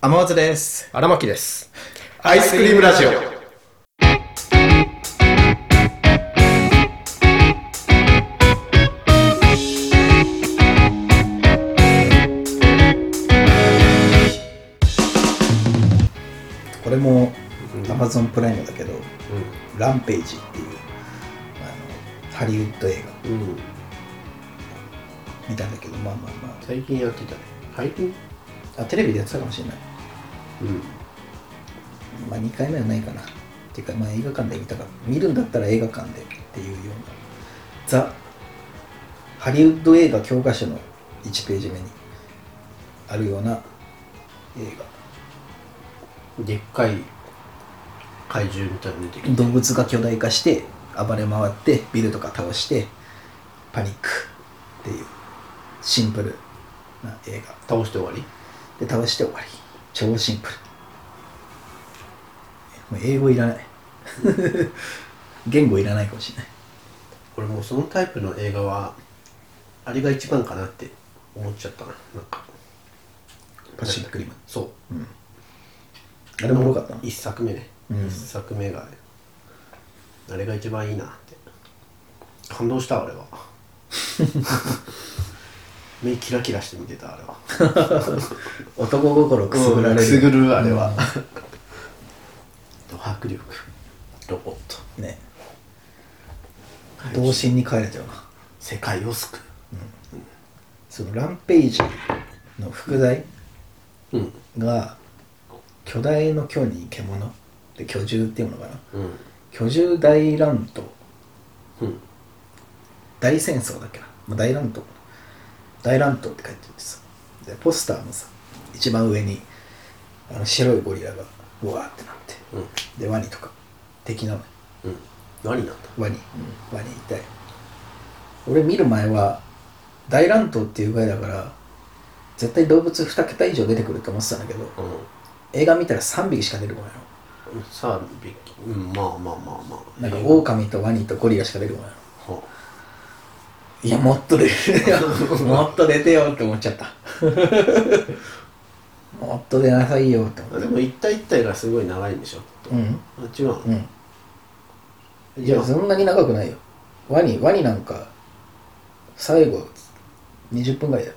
天松です。荒牧です。アイスクリームラジオ。これも Amazon プライムだけど、ランページっていうあのハリウッド映画うん。うん。見たんだけど、まあまあま最近やってたね。配信あ、あテレビでやってたかもしれない。うん。まあ2回目はないかな。っていうか、まあ映画館で見たか見るんだったら映画館でっていうような、ザ・ハリウッド映画教科書の1ページ目にあるような映でっかい怪獣みたいなの出てき画。動物が巨大化して、暴れ回って、ビルとか倒して、パニックっていうシンプルな映画。た。倒して終わりで、倒して終わり。超シンプル。もう英語い らない。言語いらないかもしれない。俺もうそのタイプの映画は、あれが一番かなって思っちゃったな。なんか。パシフィックリム。そあれも良かったなう。。一作目ね。うん一作目がね。あれが一番いいなって。感動し た、俺は。目キラキラして見てた、あれは。男心くすぐられる。くすぐるあれは、ド迫力ロボットうん。ね。童心に帰れちゃうな。世界を救そのランページの副題ううんが、巨大の巨に獣で巨獣っていうのかな。うん巨獣大乱闘、うん大戦争だっけな。まあ、大乱闘。大乱闘って書いてるんですで、ポスターのさ、一番上に、あの白いゴリラが、うわーってなって。うんで、ワニとか、敵なのようん何なんだワニ、ワニいたい俺見る前は大乱闘っていうぐらいだから絶対動物2桁以上出てくると思ってたんだけどう映画見たら3匹しか出てこないのんさあびっうんまあまあまあまあなんか映画オオカミとワニとゴリラしか出てこないのはいやもっ と出てよもっと出てよって思っちゃったもっと出なさいよってあ思っでも一体一体がすごい長いんでしょたうんあ違ううんいじゃやあそんなに長くないよワニワニなんか最後20分ぐらいだよ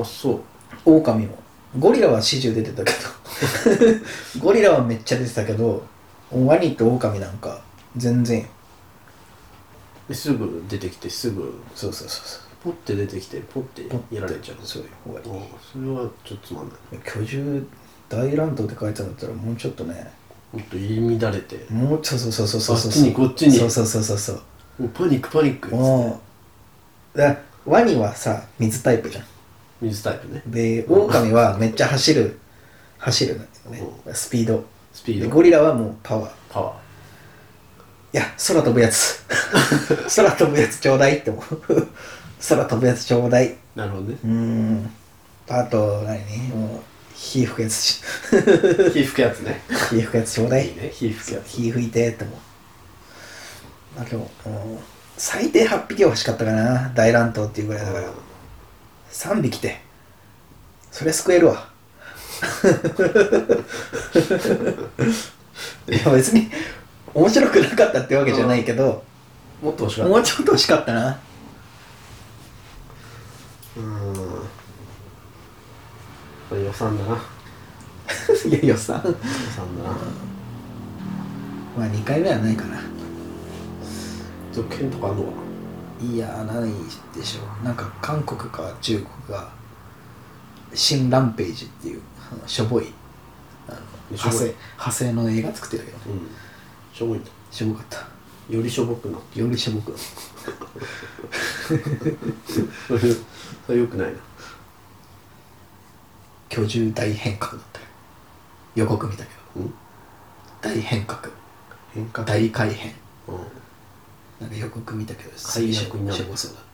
あそうオオカミもゴリラは始終出てたけ どゴリラはめっちゃ出てたけどワニとオオカミなんか全然よですぐ出てきてすぐそうそうそうそうポッて出てきてポッてやられちゃうそうよ終わあそれはちょっとつまんないり巨獣大乱闘って書いてたんだったらもうちょっとねもっと入り乱れてもうちょそうそうそうそうそうあっちにこっちにそうそうそうそうそうもうパニックパニックっつってもうだワニはさ水タイプじゃん水タイプねでオオカミはめっちゃ走る走るんだよねスピードスピでーゴドリラはもうパワーパワいや、空飛ぶや つ。空飛ぶやつちょうだいって思う。空飛ぶやつちょうだい。うーなるほどね ーん。あと、何もう、火吹くやつし、 火吹くやつね火吹くやつちょうだいいい。ね火吹くやつ火吹いてって思う。あと、うん最低8匹は欲しかったかな。大乱闘っていうぐらいだから。3匹って。それ救えるわ。 いや、別に、面白くなかったってわけじゃないけど、もっと欲しかったもうちょっと欲しかったな。 うーんこれ予算だないや予算予算だなまあ2回目はないかな続編とかあんのかいやないでしょうなんか韓国か中国が新ランページっていうあのしょぼいあのしょ派ぼ生い派生の映画作ってたけどねなうんしょぼいんだしょぼかったよりしょぼくなよりしょぼくそれ それよくないな居住大変革だったよ予告見たけどうん大変革変化大改変うんなんか予告見たけど改悪しょになるしょぼそうだっ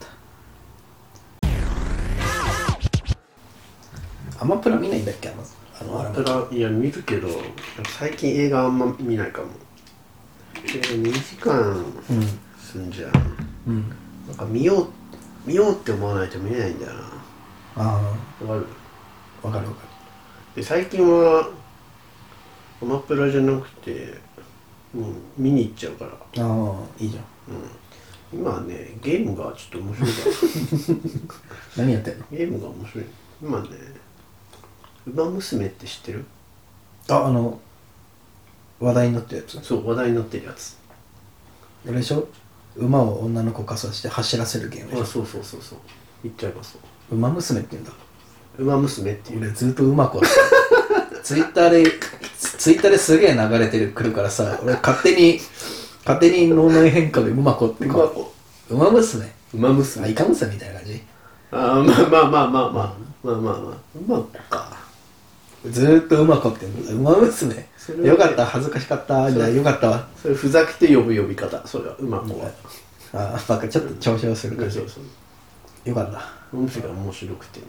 たアマプラ見ないんだっけあのあのあれそれはいや見るけど最近映画あんま見ないかも映画2時間うんすんじゃんうんなんか見よう見ようって思わないと見れないんだよなあわかるあわかるわかで最近はアマプラじゃなくてもう見に行っちゃうからああいいじゃん今はねゲームがちょっと面白いから何やってんのゲームが面白い今ね「ウマ娘」って知ってるああの話題になったやつそう話題になってるやつあれでしょ馬を女の子化させて走らせるゲームであしそうそうそうそう言っちゃいますょ馬娘って言うんだウマ娘っていう俺ずっと馬子だった ツイッターでツツイッターですげえ流れてるくるからさ俺勝手に勝手に脳内変化で馬子ってウかマ子馬娘ウマあ娘イカ娘みたいな感じあーまあまあまあまあまあまあまあまあウマ子かずーっと馬子って言うんだ馬娘それはねよかった恥ずかしかったじゃあよかったわそれふざけて呼ぶ呼び方それはウマ子はあーなんかちょっと調子をするそ感うじそうそうよかったウマ娘が面白くてね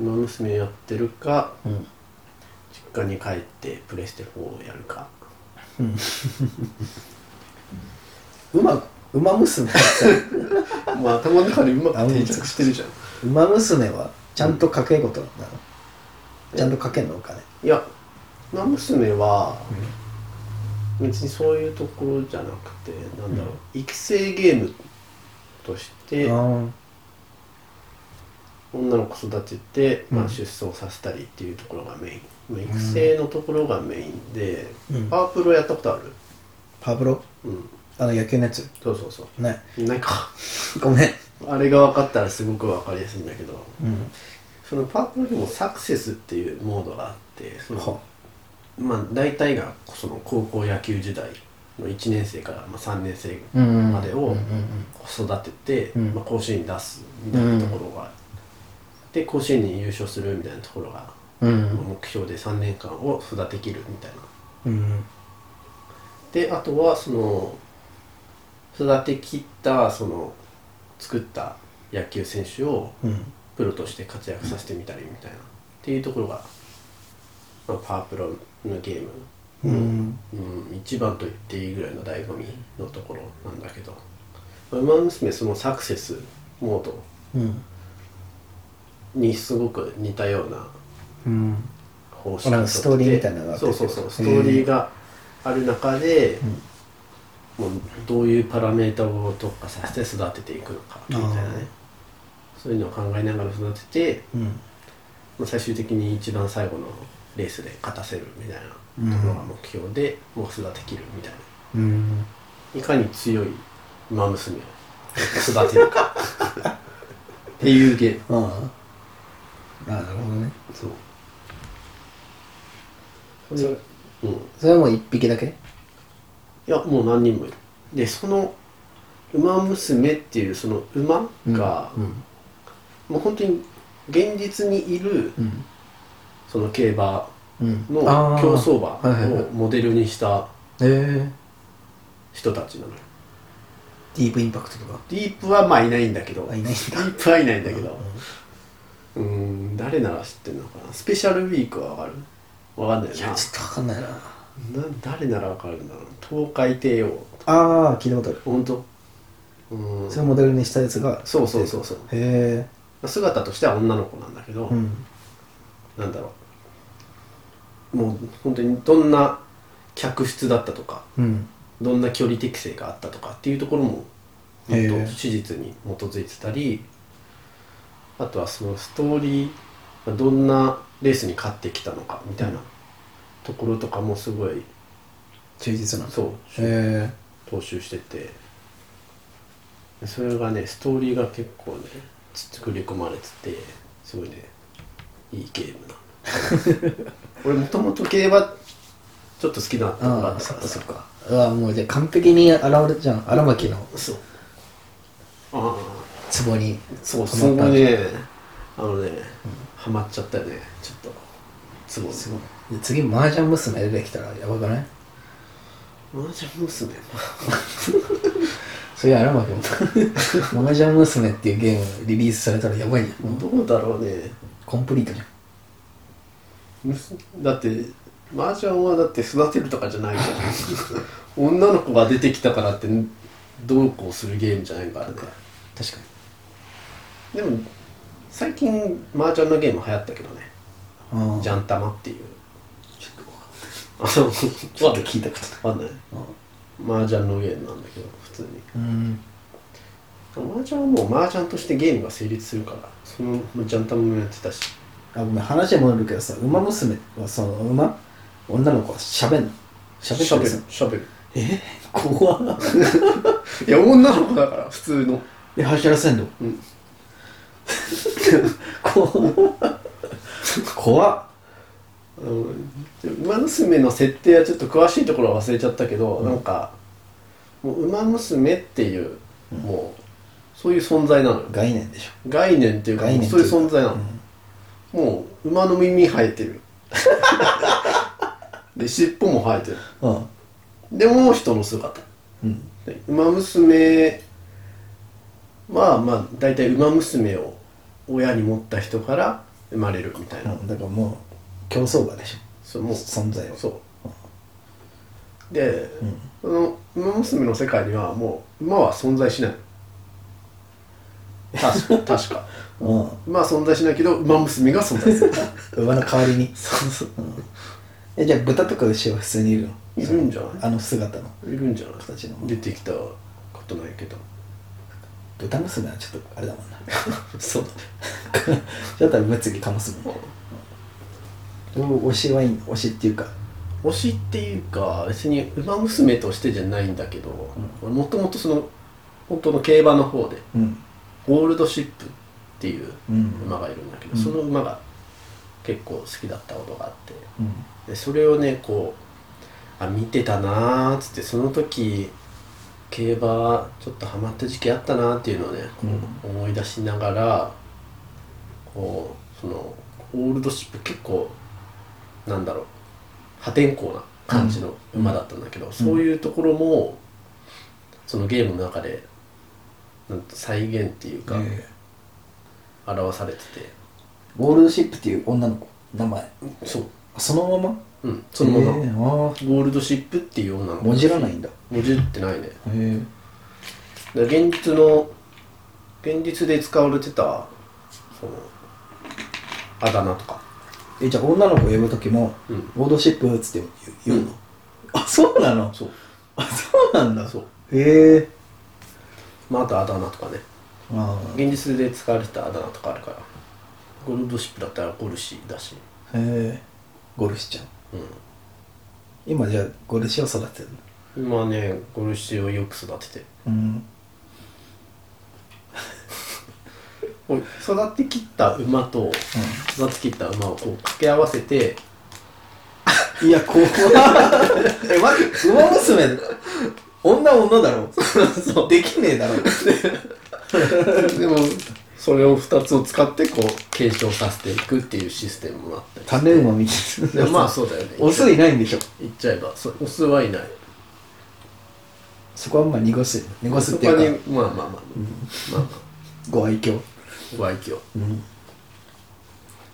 うウマ娘やってるかんうん実家に帰ってプレステ4をやるか馬馬娘 まあ頭の中にうまあうん定着してるじゃん馬娘はちゃんと掛け事なの、ちゃんと掛けんのお金いやウマ娘は別にそういうところじゃなくてなんだろう、育成ゲームとしてあ女の子育てて、うんまあ、出走させたりっていうところがメイン、まあ育成のところがメインで、ーうんパワープロやったことあるパブロうんあの野球のやつそうそうそねうなんかごめんあれが分かったらすごく分かりやすいんだけどうんそのパワープロでもサクセスっていうモードがあってそのほまあ大体がその高校野球時代の1年生からまあ3年生ううんまでをうん子育てて、うんまあ、甲子園に出すみたいなところが、で甲子園に優勝するみたいなところがうん目標で3年間を育てきるみたいなうんうんであとはその育てきったその作った野球選手をうんプロとして活躍させてみたりみたいなっていうところが、まあ、パワープロのゲームうんうん、一番と言っていいぐらいの醍醐味のところなんだけど「ウマ娘」そのサクセスモードうんにすごく似たようなうん方式なんかストーリーみたいなのがあってそうそうそうストーリーがある中で、もうどういうパラメータを特化させて育てていくのかみたいなねそういうのを考えながら育てて、うんまあ、最終的に一番最後のレースで勝たせるみたいなところが目標で、もう育てきるみたいな。うんいかに強い馬 娘を育てるかっていうゲームああなるほどねそうそれうんいそれはもう一匹だけやもう何人もいるでその馬娘っていうその馬が、うんもう本当に現実にいるうんその競馬うんのあー競走馬はいはいはいをモデルにしたへえ人たちなのよディープインパクトとかディープはまあいないんだけどあいないんだディープはいないんだけどうーん誰なら知ってるのかなスペシャルウィークはわかるわかんないよいなやちょっとわかんないなな誰ならわかるんだろう東海帝王ああ聞いたことある本当うんそれモデルにしたやつがそうそうそうそうへえ姿としては女の子なんだけど、うんなんだろうもう本当にどんな客室だったとかうんどんな距離適性があったとかっていうところもへえもっと史実に基づいてたりあとはそのストーリーどんなレースに勝ってきたのかみたいなところとかもすごい忠実なのそうへ踏襲しててそれがねストーリーが結構ね作り込まれててすごいねいいゲームな 俺もともと競馬ちょっと好きだったのがあああっそったかからそさっかうわもうじゃあ完璧に現れるじゃん荒牧のそうあ壺にあそうハすマったごいねあのね、ハマっちゃったよねちょっとすごいすごいで次麻雀娘出てきたらやばくないマージャン娘それ荒牧も 麻雀娘っていうゲームリリースされたらやばいじゃんもうどうだろうねコンプリートじゃんむすだって麻雀はだって育てるとかじゃないから女の子が出てきたからってどうこうするゲームじゃないからね確かにでも最近麻雀のゲーム流行ったけどねああジャンタマっていうちょっとわかんない あのちょっと聞いたことないわかんない麻雀のゲームなんだけど普通にうん麻雀はもう麻雀としてゲームが成立するからそのジャンタマもやってたしあごめん話は戻るけどさ馬娘はその馬女の子はしゃべんのしゃべっしゃたりべするるしゃべるえ怖っいや女の子だから普通のえ走らせんのうん怖っ怖っあの馬娘の設定はちょっと詳しいところは忘れちゃったけど、うんなんかもう馬娘っていう、もうそういう存在なのよ概念でし概念っていょうか概念もっうてそういう存在なうの、んもう馬の耳生えて るで尻尾も生えてるうんでもう人の姿うんで馬娘はまあ大体馬娘を親に持った人から生まれるみたいな、うんだからもう競走馬でしそうょもう存在はそうで、んその「馬娘」の世界にはもう馬は存在しない確か 確かう馬は存在しないけど馬娘が存在するん馬の代わりにそうそうえじゃあ豚とか牛は普通にいるのいるんじゃないあの姿のいるんじゃない形の出てきたことないけど豚娘はちょっとあれだも んなそうちょっと物議かますもんねうん推しはいいの推しっていうか推しっていうか別に馬娘としてじゃないんだけどもともとその本当の競馬の方でうんゴールドシップっていううん馬がいるんだけど、うんその馬が結構好きだったことがあってうんでそれをねこうあ見てたなーっつってその時競馬ちょっとハマった時期あったなーっていうのをねこう思い出しながらこうそのオールドシップ結構なんだろう破天荒な感じの馬だったんだけど、そういうところもそのゲームの中でなんと再現っていうかえ表されてーゴールドシップっていう女の子名前てそう、そのままうん、そのまま、えーあゴールドシップっていう女のー子もじらないんだへもじってないねえで現実の現実で使われてたそのあだ名とかえじゃあ女の子呼ぶ時もうんゴールドシップっつって言う言うの、うんあそうなのそうあそうなんだそう、へえまあ、あとあだ名とかねああへ現実で使われてたあだ名とかあるからゴールドシップだったらゴルシーだしえゴルシちゃんう今じゃあゴルシを育てるのん今ねゴルシーをよく育ててうんこう育てきった馬と育てきった馬をこう掛け合わせていや怖っ え待って馬娘女女だろそうできねえだろ でもそれを2つを使ってこう継承させていくっていうシステムもあったりして種馬みたいでなもまあそうだよねオスいないんでしょ言っちゃえばそうオスはいないそこはあんま濁す濁すってそこいうかにまあまあまあ、まあまあご愛嬌ご愛嬌うん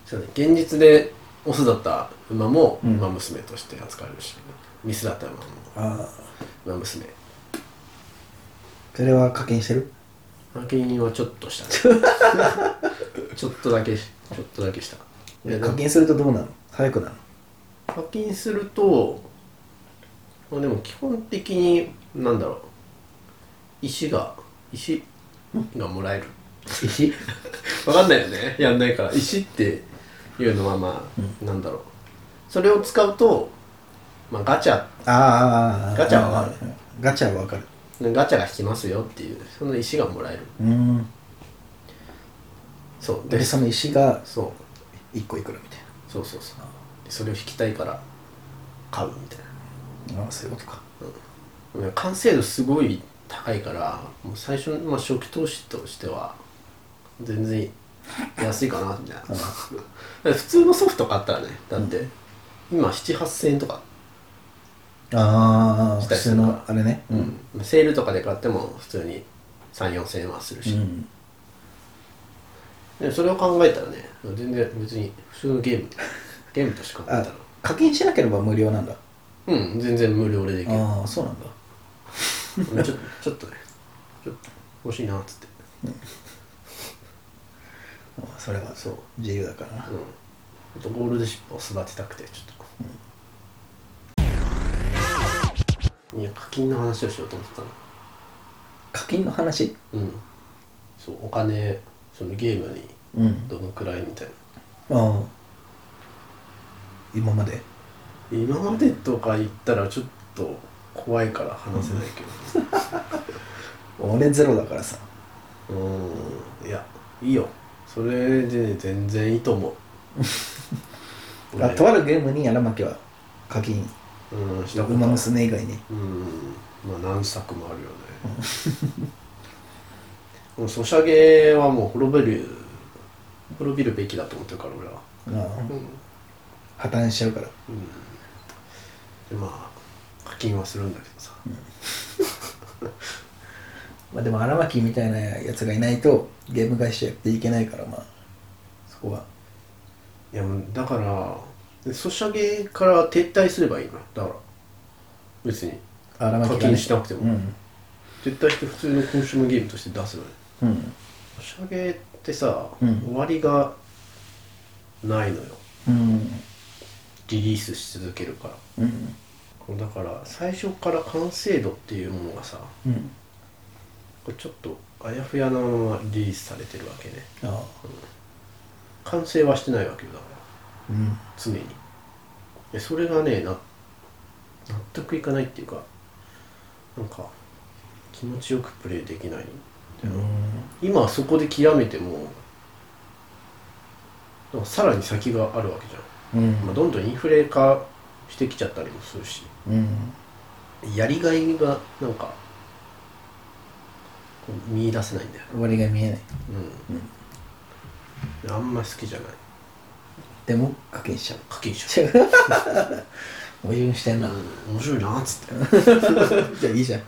そうね現実でオスだった馬もうん馬娘として扱われるし、ミスだった馬もああ馬娘それは課金してる課金はちょっとした、ね、ちょっとだけしちょっとだけしたいや課金するとどうなの早くなの課金すると、まあ、でも基本的になんだろう石が石がもらえる石わかんないよねやんないから石っていうのはまあ、なんだろうそれを使うと、まあ、ガチャああガチャはわかるガチャはわかるガチャが引きますよっていうその石がもらえるうんそうででその石がそう1個いくらみたいそうそうそうでそれを引きたいから買うみたいなああそういうことかなうん完成度すごい高いからもう最初の、まあ、初期投資としては全然安いかなみたいなだから 普通のソフト買ったらねだって、今78000円とかああし普たりす通るからのあれねうんセールとかで買っても普通に34000円はするし、んでそれを考えたらね全然別に普通のゲームゲームとして考えたあら課金しなければ無料なんだうん全然無料でできるああそうなんだ俺ちょちょっとねちょっと欲しいなっつってああそれはそう自由だからなうんっとゴールドシップを育てたくてちょっと、いや課金の話をしようと思ってたの課金の話うんそうお金そのゲームにうんどのくらいみたいなああ今まで今までとか言ったらちょっと怖いから話せないけ俺ゼロだからさどうんいやいいよそれで全然いいと思う あとあるゲームにやらなきゃ課金うんしたウことマある娘以外にうんまあ何作もあるよね もうソシャゲはもう滅びる滅びるべきだと思ってるから俺はああうん、破綻しちゃうからでまあ課金はするんだけどさ、まあでも荒牧みたいなやつがいないとゲーム会社やっていけないからまあそこはいやもうだからでソシャゲから撤退すればいいのよだから別に荒牧が課ね金しなくても、うん撤退して普通のコンシュームゲームとして出すのようんソシャゲってさ、うん終わりがないのようんリリースし続けるからうんだから最初から完成度っていうものがさうんこれちょっとあやふやなままリリースされてるわけねああ完成はしてないわけよだからうん常にでそれがねな納得いかないっていうかなんか気持ちよくプレイできない今はそこで極めてもなんかさらに先があるわけじゃうんん、まあ、どんどんインフレ化してきちゃったりもするしうんやりがいがなんかこう見出せないんだよね終わりが見えないうん、あんま好きじゃないでも課金しちゃう課金しちよょ矛盾してんう、なうん、面白いなっつって じゃあいいじゃん